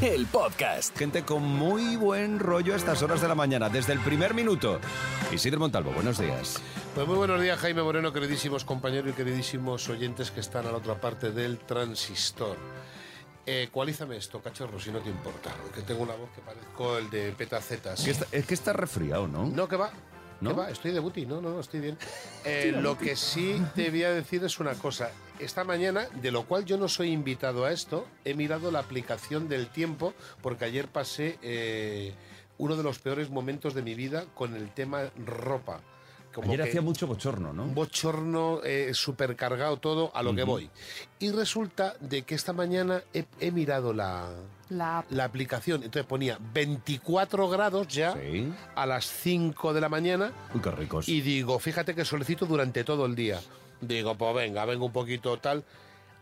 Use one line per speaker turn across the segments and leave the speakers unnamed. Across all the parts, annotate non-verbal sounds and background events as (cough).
el podcast.
Gente con muy buen rollo a estas horas de la mañana, desde el primer minuto. Isidro Montalvo, buenos días.
Pues muy buenos días, Jaime Moreno, queridísimos compañeros y queridísimos oyentes que están a la otra parte del transistor. Eh, cualízame esto, cachorro, si no te importa, que tengo una voz que parezco el de petacetas.
Que está- es que está resfriado, ¿no?
No, que va.
¿No?
¿Qué va? Estoy de booty, no, no, no,
(laughs)
estoy bien. Eh, lo que sí te voy a decir es una cosa. Esta mañana, de lo cual yo no soy invitado a esto, he mirado la aplicación del tiempo porque ayer pasé eh, uno de los peores momentos de mi vida con el tema ropa. Como
Ayer
que-
hacía mucho bochorno, ¿no?
un bochorno eh, supercargado todo a lo que
Ujú.
voy. Y resulta de que esta mañana he, he mirado la,
La app.
la aplicación. Entonces ponía 24 grados ya
Sí.
a las 5 de la mañana
Uy, qué ricos.
y digo, fíjate que solicito durante todo el día. Digo, pues venga, vengo un poquito tal.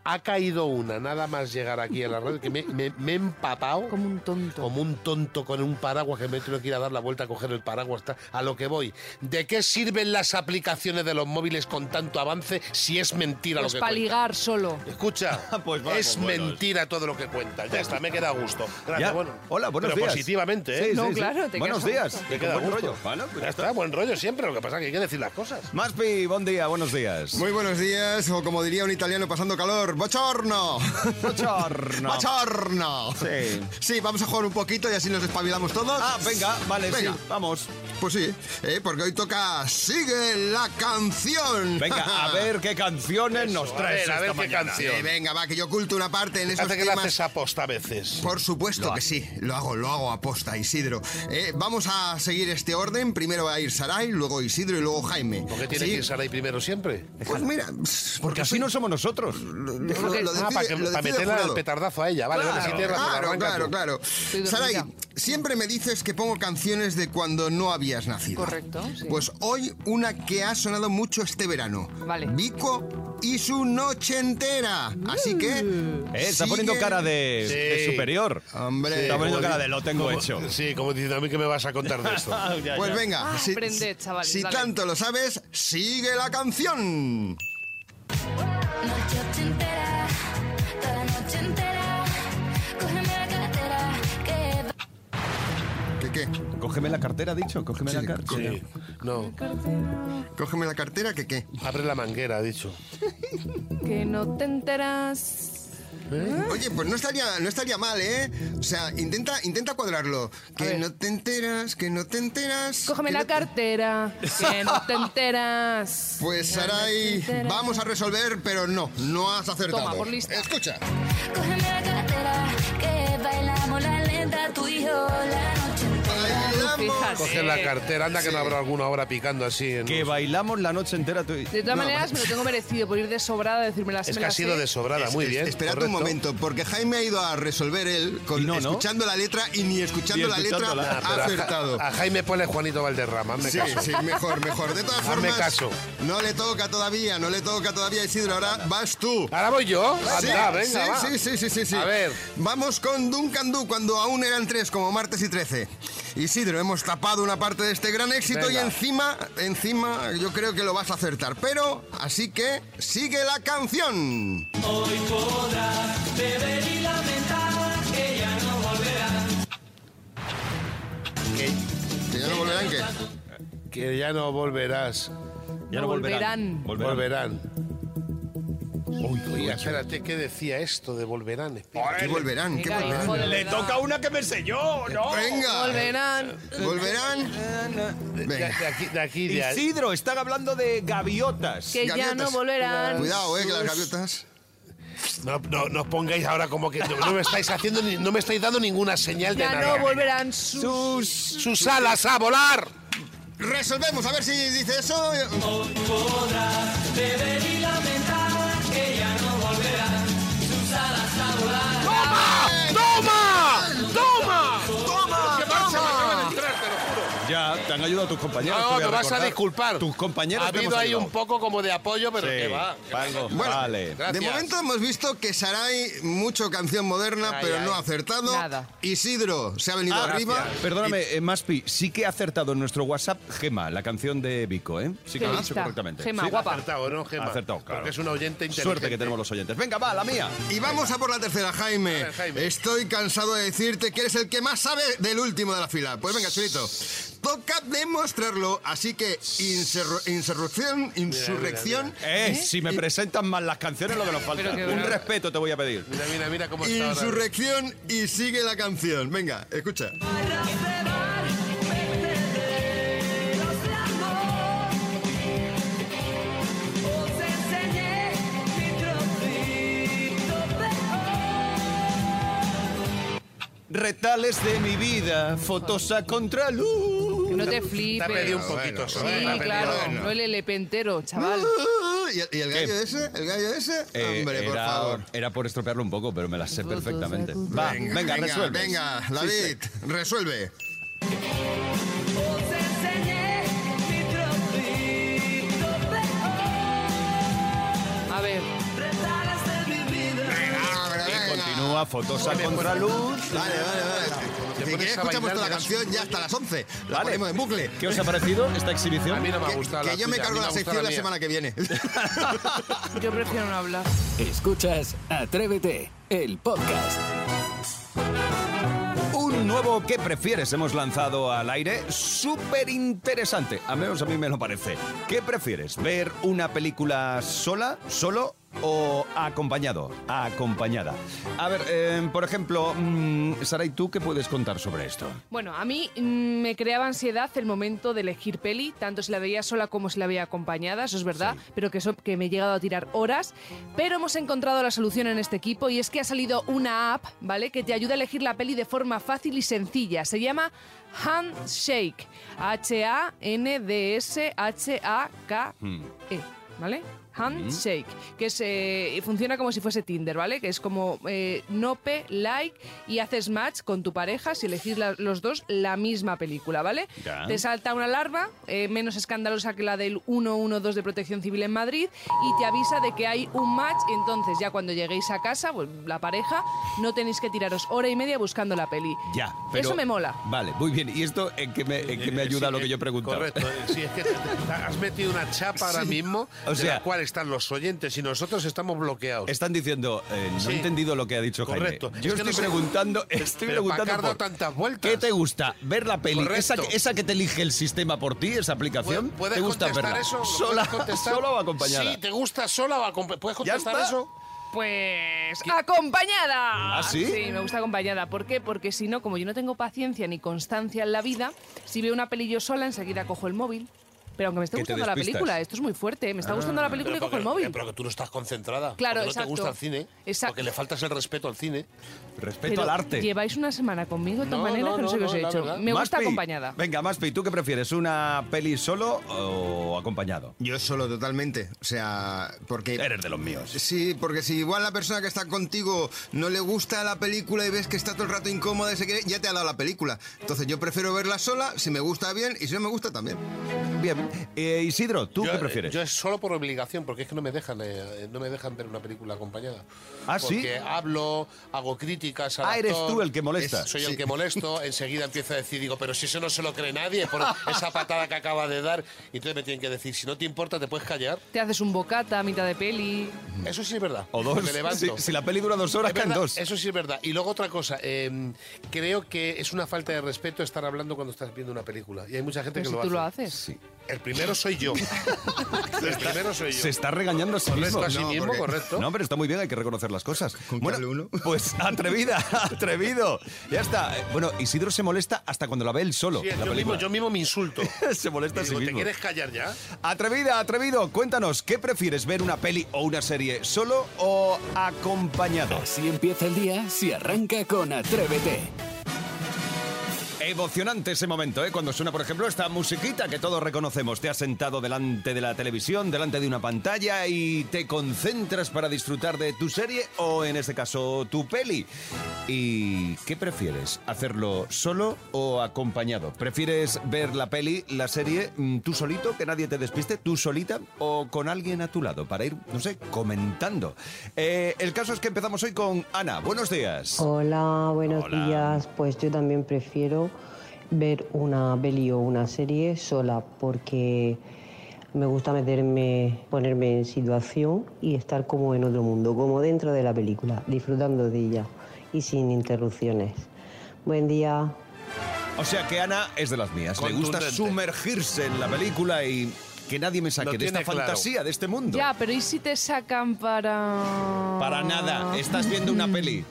Ha caído una, nada más llegar aquí a la radio, que me, me- me he empapado
Como un tonto.
como un tonto con un paraguas que me tengo que ir a dar la vuelta a coger el paraguas. tal, A lo que voy. ¿De qué sirven las aplicaciones de los móviles con tanto avance si es mentira
Pues
lo que
para
cuentan?
ligar solo.
Escucha,
Pues vamos,
es
buenos.
mentira todo lo que cuentan. Ya está, me queda a gusto. Gracias,
Ya.
bueno.
Hola, buenos
pero
días.
positivamente, ¿eh?
Sí,
No,
sí, sí.
claro, te
Buenos
quedas-
días.
Me
Con
queda
buen
a gusto.
rollo. Bueno, pues
Ya está, buen rollo siempre. Lo que pasa es que hay que decir las cosas.
Maspi, buen día, buenos días.
Muy buenos días, o como diría un italiano pasando calor, bochorno.
Bochorno.
Bochorno.
Sí.
Sí, vamos a jugar un poquito y así nos despabilamos todos.
Ah, venga, vale,
Venga.
sí, vamos.
Pues sí, eh, porque hoy toca Sigue la canción.
Venga, a ver qué canciones nos
Eso,
traes
a ver, a
esta
ver qué
mañana.
(laughs) Sí,
canción.
venga, va, que yo oculto una parte en esos
Hace que la
temas. Pues,
haces aposta a veces.
Por supuesto que sí, lo hago, lo hago aposta, Isidro. Eh, vamos a seguir este orden. Primero va a ir Saray, luego Isidro y luego Jaime.
¿Por qué tiene
Sí.
que ir Saray primero siempre?
Pues mira,
Porque así no somos nosotros.
lo, lo- lo
Ah, para, que-
decide- lo
para
decide
meterla al
jurado.
petardazo a ella. Vale, vale, sí, tienes razón,
Claro,
arranca
claro,
tú.
claro.
dormida.
Saray, siempre me dices que pongo canciones de cuando no habías nacido.
Correcto, sí.
Pues hoy una que ha sonado mucho este verano.
Vale.
Vico y su noche entera. Así que.
Mm.
Eh, Está
sigue-
poniendo cara de,
Sí.
de superior.
Hombre.
Está poniendo
como
cara
di-
de lo tengo hecho.
(laughs) Sí, como diciendo a mí que me vas a contar
(laughs)
de esto.
Pues venga,
Ah,
si,
aprended, chavales,
si
dale.
tanto lo sabes, sigue la canción.
Noche entera, toda la noche entera, cógeme la cartera que va-
¿Qué qué?
Cógeme la cartera, ha dicho. Cógeme la
Sí,
cartera.
Sí, no.
Cógeme la cartera, ¿qué qué?
Abre la manguera, ha dicho.
Que no te enteras.
Oye, pues no estaría, no estaría mal, ¿eh? O sea, intenta, intenta cuadrarlo. Que
ver.
no te enteras, que no te enteras.
Cógeme
que
la
no te-
cartera. Que no te enteras.
Pues
Que no te
Saray,
enteras.
vamos a resolver, pero no, no has acertado.
Toma, por lista.
Escucha.
Cógeme la cartera que bailamos la lenta tú y yo la noche entera.
Bailamos.
fijas.
Coge la cartera, anda que no habrá alguna hora picando así. en-
Que bailamos la noche entera tú y-
De todas
No,
maneras, me lo tengo merecido por ir de sobrada a decirme las
Es que ha sido de sobrada, muy bien.
Esperad un
correcto.
momento, porque Jaime ha ido a resolver él con,
Y no, ¿no?
escuchando la letra y ni escuchando
Ni
la letra
escuchándola.
Ah, pero
ha
a Ja-
acertado.
A, Jaime ponle Juanito Valderrama, hazme
Sí,
caso.
sí, mejor, mejor. De todas
Hazme
formas,
caso.
no le toca todavía, no le toca todavía, Isidro. Ahora vas tú.
Ahora voy yo.
Sí,
Anda, venga,
sí,
va.
sí, sí, sí, sí, sí.
A ver.
Vamos con Duncan Du cuando aún eran tres, como martes y trece. Isidro, hemos tapado una parte de este gran éxito y
Venga.
encima, encima, yo creo que lo vas a acertar. Pero, así que, sigue la canción.
Que,
Que ya no volverán, ¿qué?
que ya no volverás.
Ya
No volverán.
Volverán. Uy, uy, espérate, ¿qué decía esto de volverán? Espera.
¿Qué volverán? ¿Qué
Venga,
volverán?
hijo de
Le
verdad.
toca una que me sé yo, ¿no?
Venga.
Volverán.
Volverán.
De,
Venga.
de aquí, de aquí, de ahí.
Isidro, están hablando de gaviotas.
Que ya
Gaviotas.
no volverán.
Cuidado, eh, que las gaviotas.
No, no, no os pongáis ahora como que no, no me estáis haciendo, ni- no me estáis dando ninguna señal de
Ya
nada.
no volverán sus.
Sus alas a volar.
Resolvemos, a ver si dice eso.
¡Toma! ¡Toma! ¡Toma! ¡Qué marcha me acaba de entrar, te lo juro!
Ya, te han ayudado tus compañeros. te
No,
voy
me vas a
recordar.
disculpar.
Tus compañeros
Ha
te hemos
habido ahí
ayudado.
un poco como de apoyo, pero
Sí,
que va.
Paco,
Bueno,
vale.
Gracias.
De momento hemos visto que Sarai, mucho canción moderna,
Ay,
pero
ay.
no ha acertado.
Nada.
Isidro se ha venido
Ah,
arriba.
gracias.
Perdóname, eh, Maspi, sí que ha acertado en nuestro WhatsApp Gema, la canción de Vico, ¿eh? Sí que
Qué
lo ha
lista.
hecho correctamente.
Gema,
Sí,
guapa.
Acertado, ¿no, Gemma?
Ha acertado, claro.
Porque es un oyente inteligente.
Suerte que tenemos los oyentes. Venga, va, la mía.
Y vamos a por la tercera, Jaime.
ver, Jaime.
Estoy cansado de decirte que eres el que más sabe del último de la fila. Pues venga, chulito. Toca demostrarlo, así que insurru- insurrección, insurrección,
Eh, si me presentan mal las canciones, lo que nos falta.
Pero qué
Un
bravo.
respeto te voy a pedir.
Mira, mira, mira cómo está Pues ahora.
insurrección y sigue la canción. Venga, escucha.
Retales de mi vida, fotos a contraluz.
Que no
Te
te flipes.
ha pedido un
Pero
poquito.
bueno,
solo,
bueno,
te ha
Sí,
pedido-
claro.
bueno.
No el LP entero, chaval.
¿Y el, y el gallo ese? ¿El gallo ese?
Eh,
Hombre,
era,
por favor.
era por estropearlo un poco, pero me las sé perfectamente. Va, venga,
venga,
resuelve.
venga, David, resuelve.
A ver.
Ahora, venga.
Y continúa fotos a contraluz.
Vale, vale, vale. Si
pones
queréis
a
escuchamos
bailar,
toda la
verás.
canción ya hasta las 11. La
Vale.
ponemos en bucle.
¿Qué os ha parecido esta
A
exhibición?
mí no me ha
Que-
gustado
que
la
yo me
tuya, a
cargo
mí
la
me ha
sección
gustado
la,
mía.
semana que viene.
Yo prefiero no hablar.
Escuchas Atrévete, el podcast.
Un nuevo ¿Qué prefieres? Hemos lanzado al aire. Súper interesante. A menos a mí me lo parece. ¿Qué prefieres? ¿Ver una película sola, solo o acompañado? Acompañada. A ver, eh, por ejemplo, mm, Sara, ¿y tú qué puedes contar sobre esto?
Bueno, a mí mm, me creaba ansiedad el momento de elegir peli, tanto si la veía sola como si la veía acompañada, eso es verdad, pero que, eso, que me he llegado a tirar horas. Pero hemos encontrado la solución en este equipo y es que ha salido una app, ¿vale? Que te ayuda a elegir la peli de forma fácil y sencilla. Se llama Handshake. H-A-N-D-S-H-A-K-E. ¿Vale? Handshake, que es, eh, funciona como si fuese Tinder, ¿vale? Que es como eh, nope, like y haces match con tu pareja si elegís la- los dos la misma película, ¿vale?
Ya.
Te salta una alarma, eh, menos escandalosa que la del 112 de Protección Civil en Madrid, y te avisa de que hay un match. Y entonces, ya cuando lleguéis a casa, pues, la pareja, no tenéis que tiraros hora y media buscando la peli.
Ya, pero-
Eso me mola.
Vale, muy bien. ¿Y esto en qué me, en qué me
Eh,
ayuda
sí,
lo
eh,
que yo preguntaba?
Correcto, eh, sí, es que te- te- has metido una
(laughs)
chapa ahora mismo
o
de
sea-
la cual están los oyentes y nosotros estamos bloqueados.
Están diciendo, eh, no
Sí.
he entendido lo que ha dicho Jaime.
Correcto.
Yo
Es que
estoy
no sé- (laughs)
preguntando, estoy
Pero
preguntando
¿para qué has dado
por-
tantas vueltas?
¿Qué te gusta? ¿Ver la peli?
Correcto.
Esa, que- esa que te elige el sistema por ti, esa aplicación?
¿Pu- ¿Puedes
¿Te gusta
contestar
verla?
eso? ¿Lo
¿Sola,
puedes contestar?
sola o acompañada?
Sí, ¿te gusta sola o acompañada? ¿Puedes
¿Ya
contestar
está?
eso?
Pues acompañada.
¿Ah, sí?
Sí, me gusta acompañada. ¿Por qué? Porque si no, como yo no tengo paciencia ni constancia en la vida, si veo una peli yo sola, enseguida cojo el móvil. Pero aunque me esté
Que te
gustando la
despistas.
película, esto es muy fuerte. ¿eh? Me está gustando la película y cojo
porque-
el móvil.
Ah, pero que tú no estás concentrada.
Claro,
porque
exacto.
No te gusta el cine.
Exacto.
Porque le faltas el respeto al cine.
Respeto
Pero
al arte.
Lleváis una semana conmigo de tal
No,
manera
no,
que no sé
no,
qué os
no,
he
la
hecho.
verdad.
Me gusta
Maspi,
acompañada.
Venga, Maspi, ¿tú qué prefieres? ¿Una peli solo o acompañado?
Yo solo totalmente, o sea, porque...
Eres de los míos.
Sí, porque si igual la persona que está contigo no le gusta la película y ves que está todo el rato incómoda y se quiere, ya te ha dado la película. Entonces yo prefiero verla sola, si me gusta bien y si no me gusta también.
Bien. Eh, Isidro, ¿tú
Yo-
qué prefieres?
Yo es solo por obligación, porque es que no me dejan, eh, no me dejan ver una película acompañada.
¿Ah, sí?
Porque hablo, hago críticas. Al
Ah, eres
actor,
tú el que molesta.
Soy
Sí.
el que
(laughs)
molesto. Enseguida empiezo a decir, digo, pero si eso no se lo cree nadie por esa patada que acaba de dar. Y entonces me tienen que decir, si no te importa, te puedes callar.
Te haces un bocata a mitad de peli.
Eso sí es verdad.
Mm. ¿O dos? (laughs)
Me levanto.
Si, si la peli dura dos horas,
Es
caen
verdad,
dos.
Eso sí es verdad. Y luego otra cosa, eh, creo que es una falta de respeto estar hablando cuando estás viendo una película. Y hay mucha gente
Pero si
que
tú
lo
lo
hace.
haces.
Sí.
El primero soy
(laughs)
yo. El primero soy yo.
Se está regañando a sí mismo.
Correcto, a sí
No,
mismo,
porque-
correcto.
No, pero está muy bien, hay que reconocer las cosas.
que hable uno.
Pues (laughs) atrevida, atrevido. Ya está. Bueno, Isidro se molesta hasta cuando la ve él solo.
Sí,
la
yo, mismo,
película.
yo mismo me insulto.
(laughs) se molesta a sí
Digo, ¿Te
mismo.
quieres callar ya?
Atrevida, atrevido, cuéntanos, ¿qué prefieres ver una peli o una serie solo o acompañado?
Así empieza el día si arranca con Atrévete.
Emocionante ese momento, ¿eh? Cuando suena, por ejemplo, esta musiquita que todos reconocemos. Te has sentado delante de la televisión, delante de una pantalla y te concentras para disfrutar de tu serie o, en este caso, tu peli. ¿Y qué prefieres? ¿Hacerlo solo o acompañado? ¿Prefieres ver la peli, la serie, mm, tú solito, que nadie te despiste, tú solita o con alguien a tu lado para ir, no sé, comentando? Eh, el caso es que empezamos hoy con Ana. Buenos días.
Hola, buenos
Hola.
días. Pues yo también prefiero ver una peli o una serie sola porque me gusta meterme, ponerme en situación y estar como en otro mundo, como dentro de la película, disfrutando de ella y sin interrupciones. Buen día.
O sea que Ana es de las mías. Le gusta
Contundente.
sumergirse en la película y que nadie me saque
Lo
de esta
tiene claro.
fantasía, de este mundo.
Ya, pero ¿y si te sacan para...?
Para nada. Estás viendo una peli.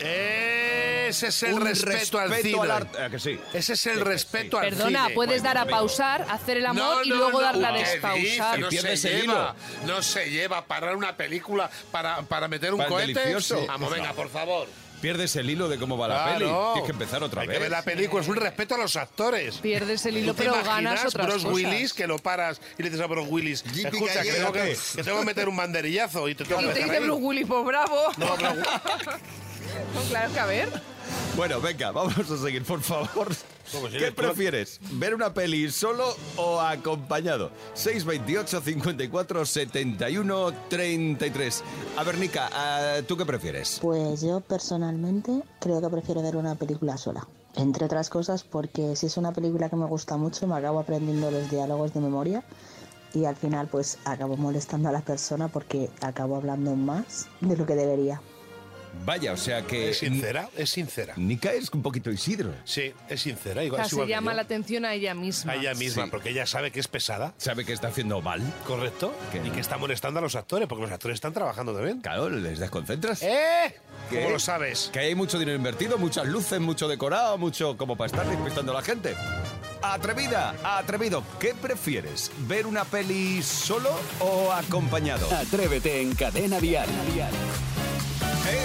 Ese es el
Un
respeto, al cine.
al arte. Ah, que sí.
Ese es el
Sí,
respeto al
Perdona,
cine.
puedes dar a
amigo.
pausar, hacer el amor y luego dar la
¿qué
despausar.
dices? No
Y pierdes
se
el
lleva. No se lleva parar una película para, para meter un
Para el
cohete.
delicioso.
Sí. Vamos, venga, por favor.
Pierdes el hilo de cómo va la peli.
Claro.
Tienes que empezar otra
Hay
vez.
que ver la película, es un respeto a los actores.
Pierdes el hilo,
¿Tú te
pero
imaginas,
ganas otras
Bruce
cosas.
Willis, que lo paras y le dices a Bruce Willis,
Yipi
escucha, que
gallego,
tengo que,
¿qué?
que tengo que meter un banderillazo y te tengo que
Y te
meter
dice
ahí.
Bruce Willis, pues bravo.
No, Bruce Willis.
(laughs) No, claro que a ver.
Bueno, venga, vamos a seguir, por favor.
Como si
¿Qué
eres pro-
prefieres? ¿Ver una peli solo o acompañado? 628 54 71 33. A ver, Nica, ah, ¿tú qué prefieres?
Pues yo personalmente creo que prefiero ver una película sola. Entre otras cosas porque si es una película que me gusta mucho me acabo aprendiendo los diálogos de memoria y al final pues acabo molestando a las personas porque acabo hablando más de lo que debería.
Vaya, o sea que.
Es sincera, es sincera.
Nica es un poquito Isidro.
Sí, es sincera.
O
Igual,
sea,
es igual
se
que
llama
yo.
la atención a ella misma.
A ella misma,
Sí.
porque ella sabe que es pesada.
Sabe que está haciendo mal.
Correcto.
¿Qué?
Y que está molestando a los actores, porque los actores están trabajando también.
Claro, les desconcentras.
¿Eh?
¿Qué?
¿Cómo lo sabes?
Que hay mucho dinero invertido, muchas luces, mucho decorado, mucho como para estar despistando a la gente. Atrevida, atrevido, ¿qué prefieres? ¿Ver una peli solo o acompañado?
Atrévete en Cadena Dial.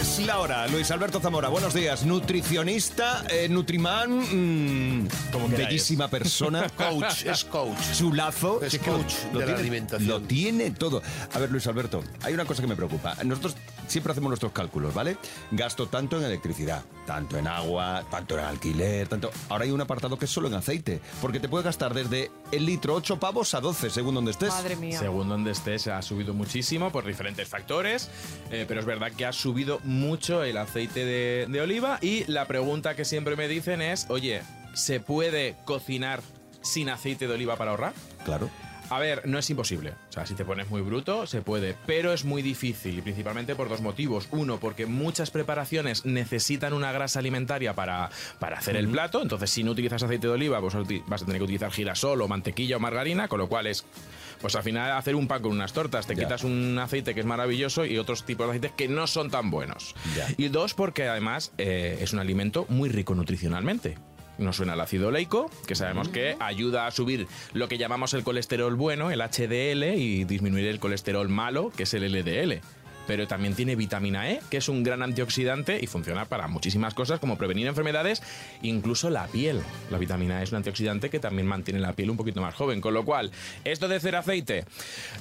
Es la hora, Luis Alberto Zamora, buenos días. Nutricionista, eh, Nutriman, mm, bellísima persona, (laughs)
Coach, es coach.
chulazo.
Es
Si que
coach de la alimentación.
Lo tiene todo. A ver, Luis Alberto, hay una cosa que me preocupa. Nosotros siempre hacemos nuestros cálculos, ¿vale? Gasto tanto en electricidad, tanto en agua, tanto en alquiler, tanto... Ahora hay un apartado que es solo en aceite, porque te puede gastar desde el litro 8 pavos a 12, según donde estés.
Madre mía.
Según donde estés, ha subido muchísimo por diferentes factores, eh, pero es verdad que ha subido mucho el aceite de, de oliva y la pregunta que siempre me dicen es, oye, ¿se puede cocinar sin aceite de oliva para ahorrar?
Claro.
A ver, no es imposible. O sea, si te pones muy bruto, se puede, pero es muy difícil, y principalmente por dos motivos. Uno, porque muchas preparaciones necesitan una grasa alimentaria para, para hacer el plato, entonces si no utilizas aceite de oliva, pues uti- vas a tener que utilizar girasol o mantequilla o margarina, con lo cual es, pues al final hacer un pan con unas tortas, te
Ya.
quitas un aceite que es maravilloso y otros tipos de aceites que no son tan buenos. Y dos, porque además eh, es un alimento muy rico nutricionalmente nos suena el ácido oleico, que sabemos que ayuda a subir lo que llamamos el colesterol bueno, el HDL, y disminuir el colesterol malo, que es el LDL. Pero también tiene vitamina E, que es un gran antioxidante y funciona para muchísimas cosas, como prevenir enfermedades, incluso la piel. La vitamina E es un antioxidante que también mantiene la piel un poquito más joven. Con lo cual, esto de hacer aceite,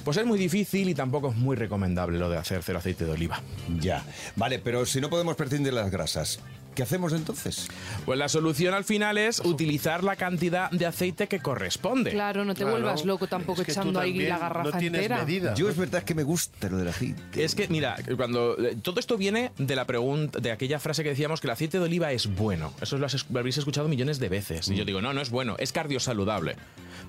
pues es muy difícil y tampoco es muy recomendable lo de hacer cero aceite de oliva.
Ya. Vale, pero si no podemos prescindir de las grasas, ¿qué hacemos entonces?
Pues la solución al final es utilizar la cantidad de aceite que corresponde.
Claro, no te
Claro.
vuelvas loco tampoco
Es que tú
echando ahí
también
la garrafa
No tienes
entera.
medida.
Yo es verdad que me gusta lo del aceite.
Es que, mira, cuando. eh, Todo esto viene de la pregunta, de aquella frase que decíamos que el aceite de oliva es bueno. Eso lo, has es- lo habréis escuchado millones de veces.
Mm.
Y yo digo, no, no es bueno, es cardiosaludable.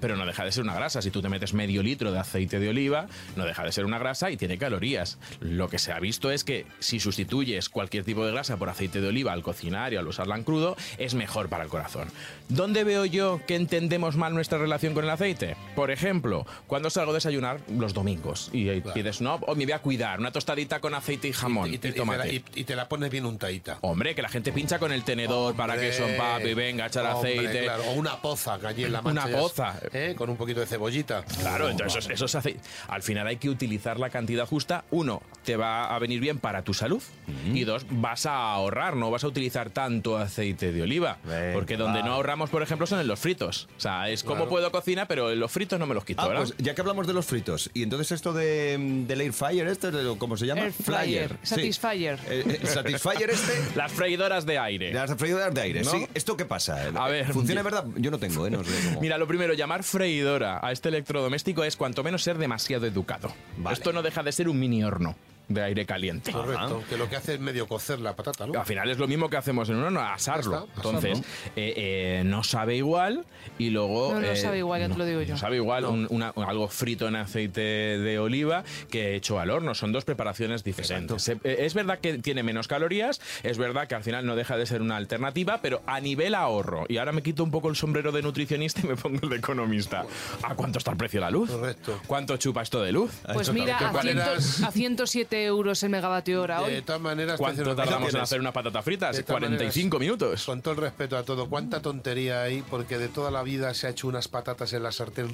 Pero no deja de ser una grasa. Si tú te metes medio litro de aceite de oliva, no deja de ser una grasa y tiene calorías. Lo que se ha visto es que si sustituyes cualquier tipo de grasa por aceite de oliva al cocinar y al usarla en crudo, es mejor para el corazón. ¿Dónde veo yo que entendemos mal nuestra relación con el aceite? Por ejemplo, cuando salgo a desayunar los domingos y ahí pides, no, oh, me voy a cuidar, una tostadita con aceite y jamón y,
y, te, y te la,
tomate.
y- y te la pones bien untadita.
Hombre, que la gente pincha con el tenedor para que eso empape, venga, echar
Hombre,
aceite.
claro. O una poza, que allí en la mancha
Una
ya es-
poza.
¿eh? Con un poquito de cebollita.
Claro, entonces eso, eso se hace. Al final hay que utilizar la cantidad justa. Uno, te- te va a venir bien para tu salud.
Mm-hmm.
Y dos, vas a ahorrar, no vas a utilizar tanto aceite de oliva. porque donde
va.
no ahorramos, por ejemplo, son en los fritos. O sea, es como puedo cocinar, pero en los fritos no me los quito,
Ah,
¿verdad?
pues ya que hablamos de los fritos, y entonces esto de, mm, del air fryer, este, de lo- ¿cómo se llama?
Air fryer,
sí.
Satisfyer.
Eh, eh, satisfyer este.
Las freidoras de aire.
Las freidoras de aire,
¿No?
sí. ¿Esto qué pasa? Eh,
A ver,
¿Funciona
yo-
verdad? Yo no tengo, ¿eh? No sé cómo.
Mira, lo primero, llamar freidora a este electrodoméstico es cuanto menos ser demasiado educado.
Vale.
Esto no deja de ser un mini horno de aire caliente.
Correcto, que lo que hace es medio cocer la patata, ¿no?
Al final es lo mismo que hacemos en un horno, asarlo.
Ya está, asarlo.
Entonces, eh, eh, no sabe igual y luego...
No, no
eh,
sabe igual, ya te lo digo yo.
No sabe igual un- una- algo frito en aceite de oliva que hecho al horno. Son dos preparaciones diferentes. Se- eh, Es verdad que tiene menos calorías, es verdad que al final no deja de ser una alternativa, pero a nivel ahorro, y ahora me quito un poco el sombrero de nutricionista y me pongo el de economista, ¿a cuánto está el precio de la luz?
Correcto.
¿Cuánto chupa esto de luz?
Pues mira,
¿Qué
a,
cuál
100
eras?
a 107 euros el megavatio hora
De
Eh,
hoy.
todas maneras, te hacen
¿Cuánto
una-
tardamos en
tienes-
hacer unas patatas fritas?
De todas
45
maneras,
minutos.
Con todo el respeto a todo, cuánta tontería hay, porque de toda la vida se ha hecho unas patatas en la sartén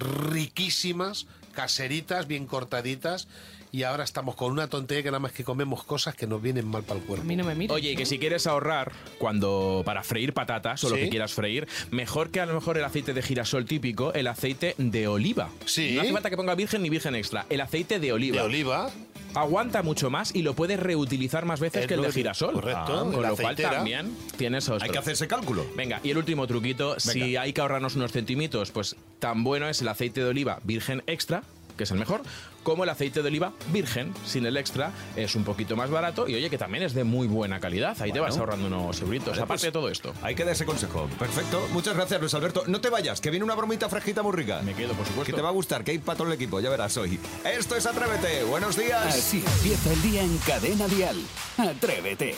riquísimas, caseritas, bien cortaditas, y ahora estamos con una tontería que nada más que comemos cosas que nos vienen mal para el
A
cuerpo.
mí no me mira.
Oye, y que si quieres ahorrar cuando para freír patatas o lo
Sí.
que quieras freír, mejor que a lo mejor el aceite de girasol típico, el aceite de oliva.
Sí.
No hace falta que ponga virgen ni virgen extra, el aceite de oliva.
De oliva,
Aguanta mucho más y lo puedes reutilizar más veces
Es
que el
lo
de
que-
girasol. Ah,
correcto,
con
la
lo cual
aceitera.
también tienes otro.
Hay que hacer ese cálculo.
Venga, y el último truquito, si hay que ahorrarnos unos centimitos, pues tan bueno es el aceite de oliva virgen extra, que es el mejor, como el aceite de oliva virgen, sin el extra, es un poquito más barato y oye que también es de muy buena calidad, ahí te vas ahorrando unos euritos,
Vale,
aparte
pues,
de todo esto.
Hay que dar ese consejo. Perfecto. Muchas gracias, Luis Alberto. No te vayas, que viene una bromita fresquita muy rica.
Me quedo, por supuesto.
Que te va a gustar, que hay para todo el equipo, ya verás hoy. Esto es Atrévete. Buenos días.
Así empieza el día en Cadena Dial. Atrévete.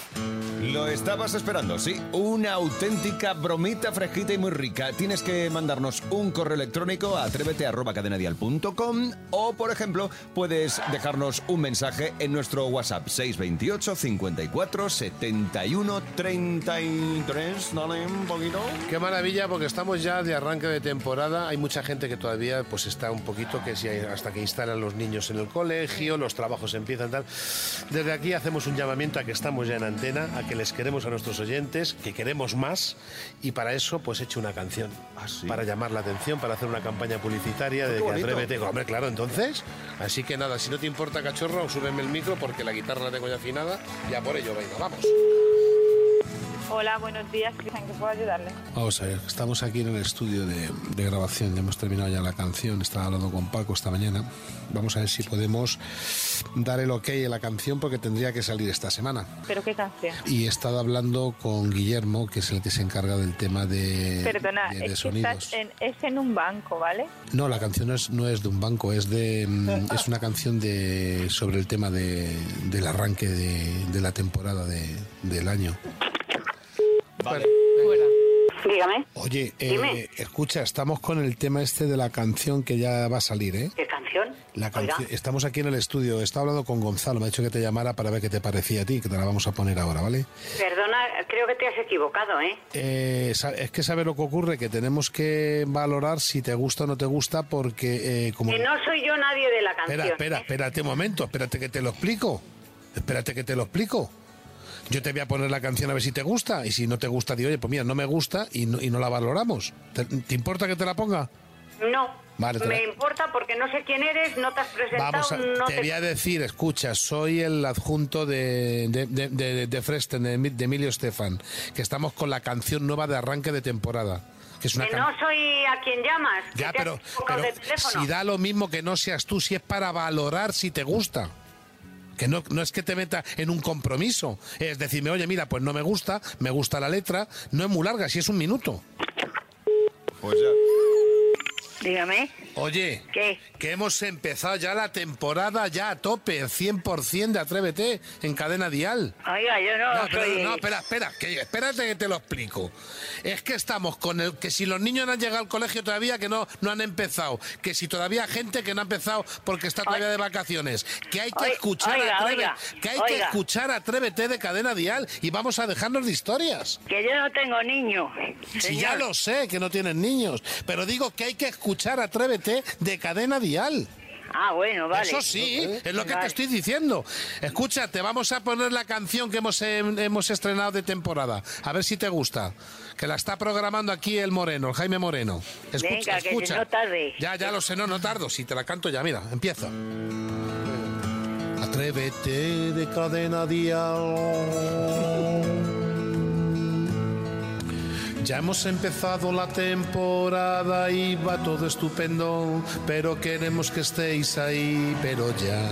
Lo estabas esperando, sí. Una auténtica bromita fresquita y muy rica. Tienes que mandarnos un correo electrónico a atrévete arroba cadenadial.com o, por ejemplo, puedes dejarnos un mensaje en nuestro WhatsApp 628 54 71 33. Dale un poquito.
Qué maravilla, porque estamos ya de arranque de temporada. Hay mucha gente que todavía pues está un poquito que si hay- hasta que instalan los niños en el colegio, los trabajos empiezan tal. Desde aquí hacemos un llamamiento a que estamos ya en antena, a que les queremos a nuestros oyentes, que queremos más y para eso pues he hecho una canción para llamar la atención, para hacer una campaña publicitaria de que
bonito.
atrévete, hombre, claro, entonces. Así que nada, si no te importa cachorro, súbeme el micro porque la guitarra la tengo ya afinada, ya por ello, venga, vamos.
Hola, buenos días. ¿En qué puedo ayudarle?
Vamos a ver, estamos aquí en el estudio de, de grabación, ya hemos terminado ya la canción, estaba hablando con Paco esta mañana. Vamos a ver si podemos dar el ok a la canción porque tendría que salir esta semana.
¿Pero qué canción?
Y he estado hablando con Guillermo, que es el que se encarga del tema de,
Perdona,
de, de
es, que
sonidos.
estás en, es en un banco, ¿vale?
No, la canción no es, no es de un banco, es de mm, es una canción de sobre el tema de, del arranque de, de la temporada de- del año.
Fuera.
Dígame,
Oye, eh, escucha, estamos con el tema este de la canción que ya va a salir, ¿eh?
¿qué canción?
La canción- Estamos aquí en el estudio. Estaba hablando con Gonzalo. Me ha dicho que te llamara para ver qué te parecía a ti, que te la vamos a poner ahora, ¿vale?
Perdona, creo que te has equivocado, ¿eh?
Eh, sa- es que sabes lo que ocurre, que tenemos que valorar si te gusta o no te gusta, porque eh, como.
Que no soy yo nadie de la canción.
Espera, espera,
¿eh?
espérate un momento. Espérate que te lo explico. Espérate que te lo explico. Yo te voy a poner la canción a ver si te gusta. Y si no te gusta, digo, oye, pues mira, no me gusta y no, y no la valoramos. ¿Te, te importa que te la ponga?
No,
Vale, te
me
la-
importa porque no sé quién eres, no te has presentado,
Vamos, a-
no
te voy a decir, escucha, soy el adjunto de, de, de, de- de Fresten, de, Emi- de Emilio Estefan, que estamos con la canción nueva de arranque de temporada. Que es una
Que
can-
no soy a quien llamas. que
Ya,
te has
pero,
equivocado
pero
de teléfono.
si da lo mismo que no seas tú, si es para valorar si te gusta. Que no, no es que te meta en un compromiso. Es decirme, oye, mira, pues no me gusta, me gusta la letra, no es muy larga, si es un minuto.
Pues ya.
Dígame,
Oye,
¿qué?
que hemos empezado ya la temporada ya a tope, 100% de Atrévete en cadena dial.
Oiga, yo no,
No, pero-
soy...
no, espera, espera, que, espérate que te lo explico. Es que estamos con el que si los niños no han llegado al colegio todavía, que no, no han empezado, que si todavía hay gente que no ha empezado porque está todavía de vacaciones, que hay que
Oi-
escuchar
oiga,
Atrévete,
oiga,
que hay que
oiga.
escuchar Atrévete de cadena dial y vamos a dejarnos de historias.
Que yo no tengo niño.
Si
señor.
ya lo sé, que no tienen niños, pero digo que hay que escuchar Atrévete de cadena dial.
Ah, bueno, vale.
Eso sí,
Ok.
es lo que
Vale.
te estoy diciendo. Escucha, te vamos a poner la canción que hemos, eh, hemos estrenado de temporada. A ver si te gusta. Que la está programando aquí el Moreno, el Jaime Moreno. Escucha,
Venga, que si
escucha.
no tarde.
Ya, ya lo sé, no, no tardo. Si te la canto ya, mira, empieza.
Atrévete de cadena dial.
Ya hemos empezado la temporada y va todo estupendo, pero queremos que estéis ahí, pero ya.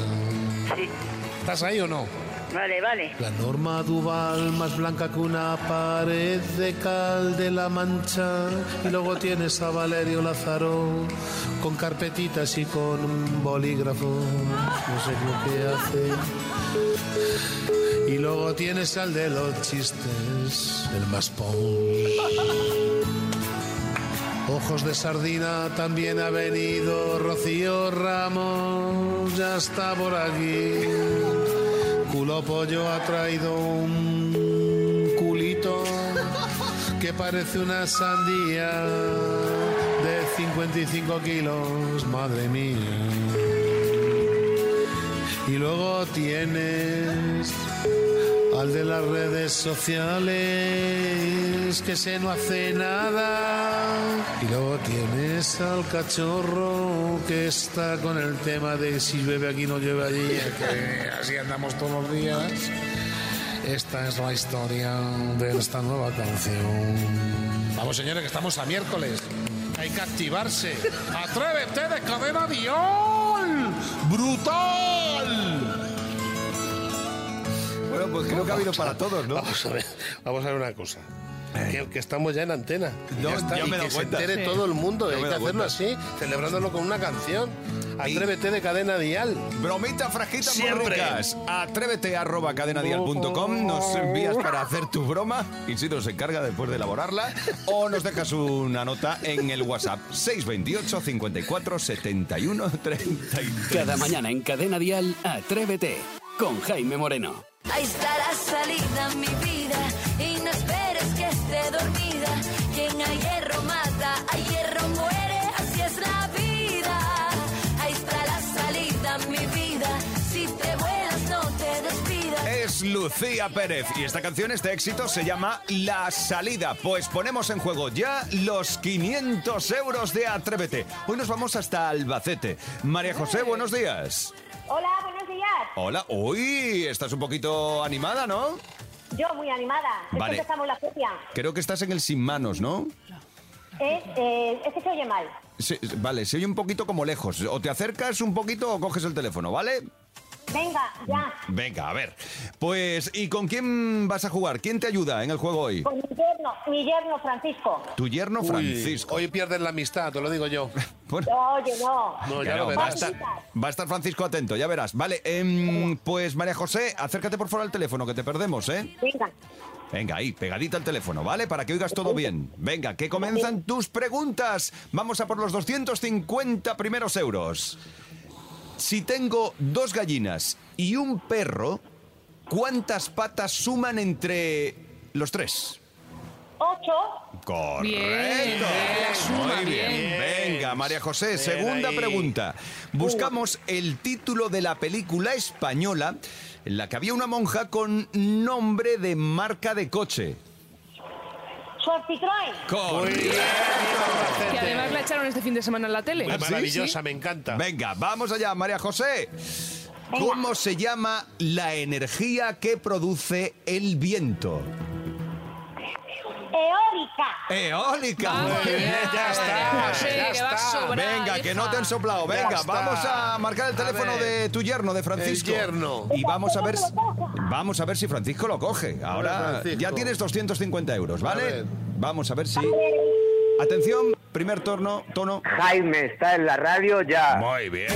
¿Estás ahí o no?
Vale, vale.
La norma Duval más blanca que una pared de cal de la mancha. Y luego tienes a Valerio Lázaro con carpetitas y con un bolígrafo. No sé lo que hace. Y luego tienes al de los chistes, el más pon. Ojos de sardina también ha venido Rocío Ramos, ya está por aquí. Culo pollo ha traído un culito que parece una sandía de 55 kilos, madre mía. Y luego tienes al de las redes sociales que se no hace nada. Y luego tienes al cachorro que está con el tema de si llueve aquí no llueve allí, que así andamos todos los días. Esta es la historia de esta nueva canción. Vamos señores, que estamos a miércoles. Hay que activarse. Atrévete de cadena diol. Brutal.
Bueno, pues creo que ha habido para todos, ¿no? (laughs)
Vamos a ver, vamos a ver una cosa. Que, que estamos ya en antena.
No,
ya está,
ya
y
me he
que
dado
se
cuenta.
entere
Sí.
todo el mundo.
Ya
Hay
me
que
he dado
hacerlo
cuenta.
así, celebrándolo con una canción. Atrévete de cadena dial.
Bromita frajita Muy ricas. Atrévete arroba cadenadial.com, nos envías para hacer tu broma y si nos encarga después de elaborarla o nos dejas una nota en el WhatsApp 628 54 71 33.
Cada mañana en Cadena Dial, Atrévete con Jaime Moreno.
Ahí está la salida, mi vida. Y no esperes que esté dormida. Quien a hierro mata, a hierro muere. Así es la vida. Ahí está la salida, mi vida. Si te vuelas, no te despidas.
Es Lucía Pérez y esta canción, este éxito, se llama La Salida. Pues ponemos en juego ya los 500 euros de Atrévete. Hoy nos vamos hasta Albacete. María José, buenos días.
Hola, buenos días.
Hola, uy, estás un poquito animada, ¿no?
Yo muy animada. Es
Vale.
que empezamos la feria.
Creo que estás en el sin manos, ¿no?
Es, eh, es que se oye mal.
Sí, vale, se oye un poquito como lejos. O te acercas un poquito o coges el teléfono, ¿vale?
Venga, ya.
Venga, a ver. Pues, ¿y con quién vas a jugar? ¿Quién te ayuda en el juego hoy?
Con Pues mi yerno, mi yerno Francisco.
Tu yerno
Uy,
Francisco.
hoy pierdes la amistad, te lo digo yo.
Oye, no.
No, ya
Que
lo
no,
verás.
va, a estar, va a estar Francisco atento, ya verás. Vale, em, pues María José, acércate por favor al teléfono, que te perdemos, ¿eh?
Venga.
Venga, ahí, pegadita al teléfono, ¿vale? Para que oigas todo bien. Venga, que comienzan tus preguntas. Vamos a por los 250 primeros euros. Si tengo dos gallinas y un perro, ¿cuántas patas suman entre los tres?
Ocho.
Correcto.
Bien, la suma,
Muy bien.
bien. Uh.
Venga, María José,
Bien
segunda
ahí.
pregunta. Buscamos el título de la película española en la que había una monja con nombre de marca de coche.
Sortitroy.
Que además la echaron este fin de semana en la tele.
¿Ah, sí?
me encanta.
Venga, vamos allá, María José. ¿Cómo se llama la energía que produce el viento?
Eólica.
Ah,
Eólica.
Vamos
Muy bien,
ya,
pues, ya
María
está.
José,
ya
que vas
está.
sobrada,
Venga, que no te han soplado.
Ya
Venga,
está.
vamos a marcar el teléfono
ver.
de tu yerno, de Francisco.
El yerno.
Y vamos a ver, si- vamos a ver si Francisco lo coge. Ahora
Francisco.
ya tienes 250 euros,
A
¿vale?
ver.
Vamos a ver si. Atención, primer torno, tono.
Jaime está en la radio ya.
Muy bien.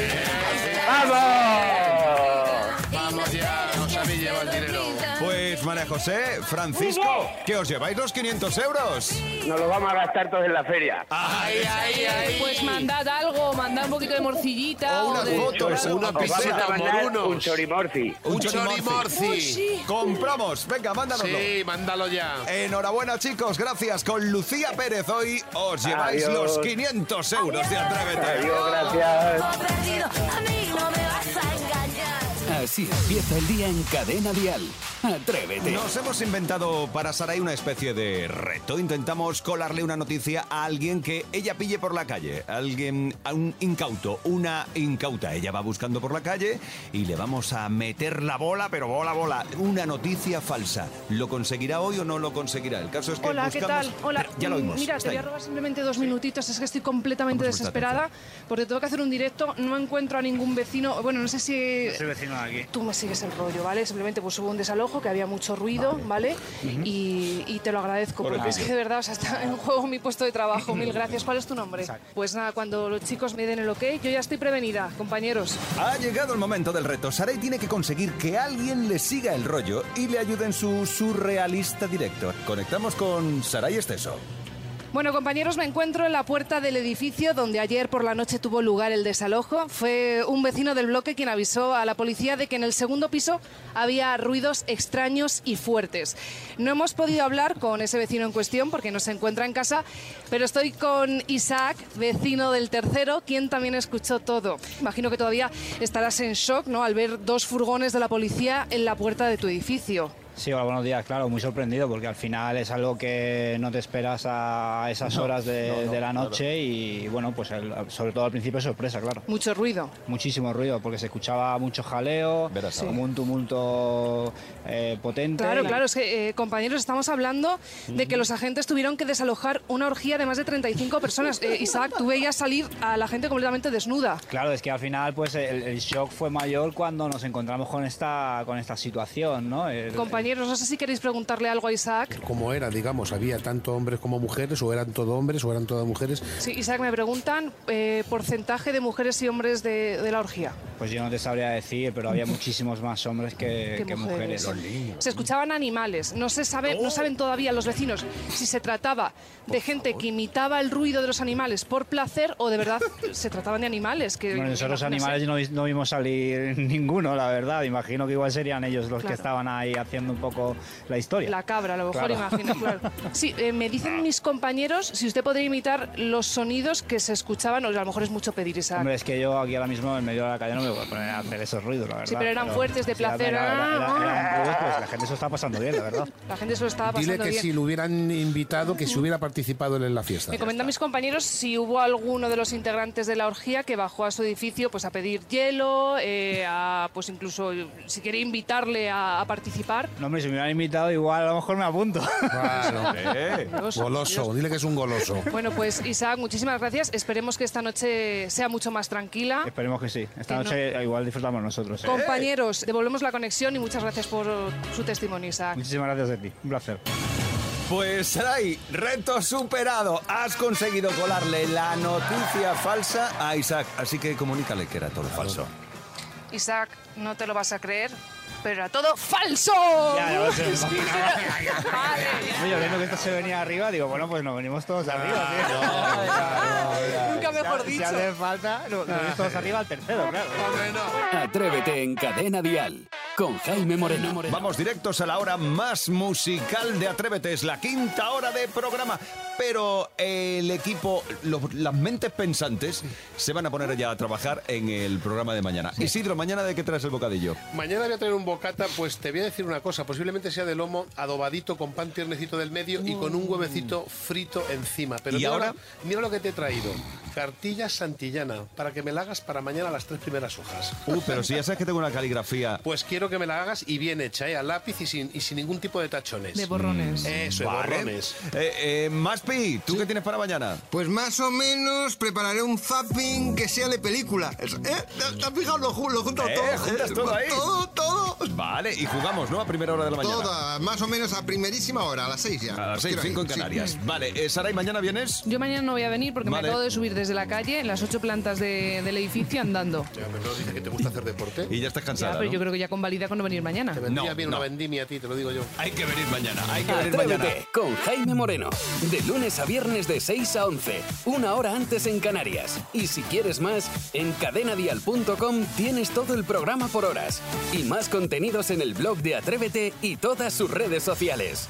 ¡Vamos!
Vamos ya, nos habéis llevado el dinero.
Pues María José, Francisco,
Muy bien.
que os lleváis los 500 euros.
Nos lo vamos a gastar todos en la feria.
Ay, ay,
Pues mandad algo, mandad un poquito de morcillita.
O una
de
foto,
chocolate.
o una
Os vamos
piseta,
a mandar
morunos.
un chorimorci.
Un chorimorci.
chorimorci. Uy, sí.
Compramos. Venga, mándanoslo.
Sí, mándalo ya.
Enhorabuena, chicos. Gracias. Con Lucía Pérez hoy os lleváis
Adiós.
los 500 euros de Atrévete.
Adiós, gracias.
Perdido, amigo.
Así empieza el día en Cadena Dial. Atrévete.
Nos hemos inventado para Saray una especie de reto. Intentamos colarle una noticia a alguien que ella pille por la calle. Alguien, a un incauto, una incauta. Ella va buscando por la calle y le vamos a meter la bola, pero bola, bola. Una noticia falsa. ¿Lo conseguirá hoy o no lo conseguirá? El caso es que
Hola, ¿qué
buscamos-
tal? Hola.
Pero Ya lo
Mm,
vimos.
Mira,
está
te voy a
ahí.
robar simplemente dos minutitos. Es que estoy completamente
Vamos a prestar
desesperada porque tengo que hacer un directo. No encuentro a ningún vecino. Bueno, no sé si.
Soy vecino de aquí.
Tú me sigues el rollo, ¿vale? Simplemente pues hubo un desalojo que había mucho ruido, ¿vale? Y, y te lo agradezco,
Por el
porque es
vídeo.
que de verdad, o sea, está en juego mi puesto de trabajo. Mil gracias. ¿Cuál es tu nombre? Pues nada, cuando los chicos me den el ok, yo ya estoy prevenida, compañeros.
Ha llegado el momento del reto. Saray tiene que conseguir que alguien le siga el rollo y le ayude en su surrealista directo. Conectamos con Saray Esteso.
Bueno, compañeros, me encuentro en la puerta del edificio donde ayer por la noche tuvo lugar el desalojo. Fue un vecino del bloque quien avisó a la policía de que en el segundo piso había ruidos extraños y fuertes. No hemos podido hablar con ese vecino en cuestión porque no se encuentra en casa, pero estoy con Isaac, vecino del tercero, quien también escuchó todo. Imagino que todavía estarás en shock, ¿no?, al ver dos furgones de la policía en la puerta de tu edificio.
Sí, hola, buenos días. Claro, muy sorprendido porque al final es algo que no te esperas a esas
No,
horas de,
no, no,
de la
claro.
noche y bueno, pues el- sobre todo al principio es sorpresa, claro.
Mucho ruido.
Muchísimo ruido porque se escuchaba mucho jaleo,
Sí.
como un tumulto eh, potente.
Claro,
y-
claro, es que eh, compañeros, estamos hablando de que los agentes tuvieron que desalojar una orgía de más de 35 personas. Eh, Isaac, tú veías salir a la gente completamente desnuda.
Claro, es que al final pues el, el shock fue mayor cuando nos encontramos con esta con esta situación, ¿no? El-
Compañeros, no sé si queréis preguntarle algo a Isaac.
Como era, digamos, había tanto hombres como mujeres, o eran todo hombres, o eran todas mujeres.
Sí, Isaac, me preguntan eh, porcentaje de mujeres y hombres de, de la orgía.
Pues yo no te sabría decir, pero había muchísimos más hombres que,
(laughs) Que
que mujeres.
mujeres. Los Se escuchaban animales. No se sabe, no saben todavía los vecinos si se trataba de gente que imitaba el ruido de los animales por placer o de verdad se trataban de animales. Que
Bueno, nosotros
no sé.
animales no, vi- no vimos salir (laughs) ninguno, la verdad. Imagino que igual serían ellos los que
Claro.
estaban ahí haciendo un poco la historia.
La cabra, a lo mejor
Claro.
imagino. claro. Sí, eh, me dicen mis compañeros si usted podría imitar los sonidos que se escuchaban, o a lo mejor es mucho pedir, Isaac.
Hombre, es que yo aquí ahora mismo en medio de la calle no me voy a poner a hacer esos ruidos, la verdad.
Sí, pero eran fuertes, de
sí, era-
placer.
era- era-
Ah,
eran ruidos, pues la gente se lo está pasando bien, la verdad.
La gente se lo estaba pasando
Dile que
bien.
si lo hubieran invitado, que si hubiera participado él en la
(laughs)
fiesta.
Me comentan mis compañeros si hubo alguno de los integrantes de la orgía que bajó a su edificio pues a pedir hielo, eh, a, pues incluso si quiere invitarle a, a participar.
No, hombre, si me hubieran invitado, igual a lo mejor me apunto.
Claro.
Goloso,
Goloso, dile que es un goloso.
Bueno, pues Isaac, muchísimas gracias. Esperemos que esta noche sea mucho más tranquila.
Esperemos que sí. Esta
Que
noche igual disfrutamos nosotros.
Compañeros, devolvemos la conexión y muchas gracias por su testimonio, Isaac.
Muchísimas gracias a ti. Un placer.
Pues Saray, reto superado. Has conseguido colarle la noticia falsa a Isaac. Así que comunícale que era todo falso.
Isaac, no te lo vas a creer, pero era todo falso.
Ya, ya lo
(laughs)
sé, me
Es que
imaginaba.
era- Vale, ya.
Oye, viendo que esto se venía arriba, digo, bueno, pues nos venimos todos arriba, tío.
Nunca mejor
Si
dicho.
hace falta, nos nos venimos todos arriba al tercero, claro.
Atrévete en Cadena Dial con Jaime Moreno.
Vamos directos a la hora más musical de Atrévete. Es la quinta hora de programa. Pero eh, el equipo, los- las mentes pensantes, se van a poner ya a trabajar en el programa de mañana. Isidro, mañana de qué traes el bocadillo.
Mañana voy a traer un bocata, pues te voy a decir una cosa, posiblemente sea de lomo adobadito con pan tiernecito del medio y con un huevecito frito encima. Pero
¿Y
mira
ahora?
lo- mira lo que te he traído. Cartilla santillana, para que me la hagas para mañana las tres primeras hojas.
Uh, pero si ya sabes que tengo una caligrafía.
Pues quiero que me la hagas y bien hecha, ¿eh? a lápiz y sin, y sin ningún tipo de tachones.
De borrones.
Eso, de
Vale.
borrones.
Eh, eh, Maspi, ¿tú qué tienes para mañana?
Pues más o menos prepararé un zapping que sea de película. Es- ¿Eh? ¿Te- ¿Te has fijado? Lo, ju- lo junto
Eh,
todo.
juntas todo ahí.
Todo, todo.
Vale, y jugamos, ¿no? A primera hora de la mañana.
Toda, más o menos a primerísima hora, a las seis ya.
A las seis,
Quiero
cinco en
ir, sí.
Canarias. Vale, eh, Sara, ¿y mañana vienes?
Yo mañana no voy a venir porque
Vale.
me acabo de subir desde la calle, en las ocho plantas de- del edificio, andando.
Ya, pero no dices que te gusta hacer deporte.
Y ya estás
Ya,
cansada,
pero
¿no?
yo creo que ya convalida con no venir mañana.
Te vendría
No,
bien
no.
una vendimia a ti, te lo digo yo.
Hay que venir mañana, hay que venir mañana.
Atrévete con Jaime Moreno. De lunes a viernes de 6 a 11. Una hora antes en Canarias. Y si quieres más, en cadenadial.com tienes todo el programa por horas. Y más contenidos en el blog de Atrévete y todas sus redes sociales.